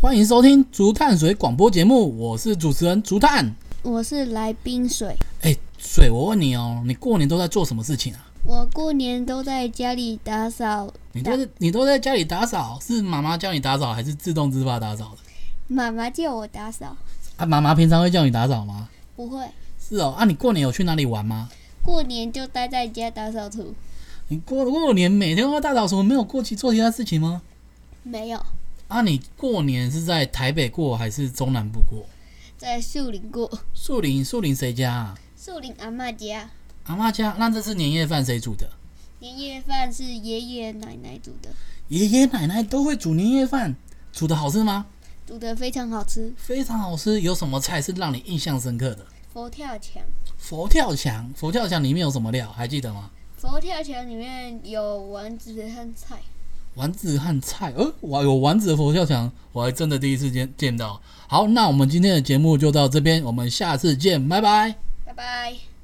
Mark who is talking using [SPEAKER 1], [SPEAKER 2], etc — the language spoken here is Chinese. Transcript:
[SPEAKER 1] 欢迎收听竹炭水广播节目，我是主持人竹炭。
[SPEAKER 2] 我是来冰水，
[SPEAKER 1] 哎，水，我问你哦，你过年都在做什么事情啊？
[SPEAKER 2] 我过年都在家里打扫，
[SPEAKER 1] 你都是你都在家里打扫，是妈妈叫你打扫还是自动自发打扫的？
[SPEAKER 2] 妈妈叫我打扫，
[SPEAKER 1] 啊，妈妈平常会叫你打扫吗？
[SPEAKER 2] 不会，
[SPEAKER 1] 是哦，啊，你过年有去哪里玩吗？
[SPEAKER 2] 过年就待在家打扫除，
[SPEAKER 1] 你过过年每天都要大扫除，没有过去做其他事情吗？
[SPEAKER 2] 没有
[SPEAKER 1] 啊，你过年是在台北过还是中南部过？
[SPEAKER 2] 在树林过，
[SPEAKER 1] 树林，树林谁家啊？
[SPEAKER 2] 树林阿嬷家，
[SPEAKER 1] 阿妈家。那这次年夜饭谁煮的？
[SPEAKER 2] 年夜饭是爷爷奶奶煮的，
[SPEAKER 1] 爷爷奶奶都会煮年夜饭，煮的好吃吗？
[SPEAKER 2] 煮的非常好吃。
[SPEAKER 1] 非常好吃。有什么菜是让你印象深刻的？
[SPEAKER 2] 佛跳墙，
[SPEAKER 1] 佛跳墙，佛跳墙里面有什么料？还记得吗？
[SPEAKER 2] 佛跳墙里面有丸子和菜，
[SPEAKER 1] 丸子和菜，呃，哇，有丸子的佛跳墙，我还真的第一次见见到。好，那我们今天的节目就到这边，我们下次见，拜拜。
[SPEAKER 2] 拜拜。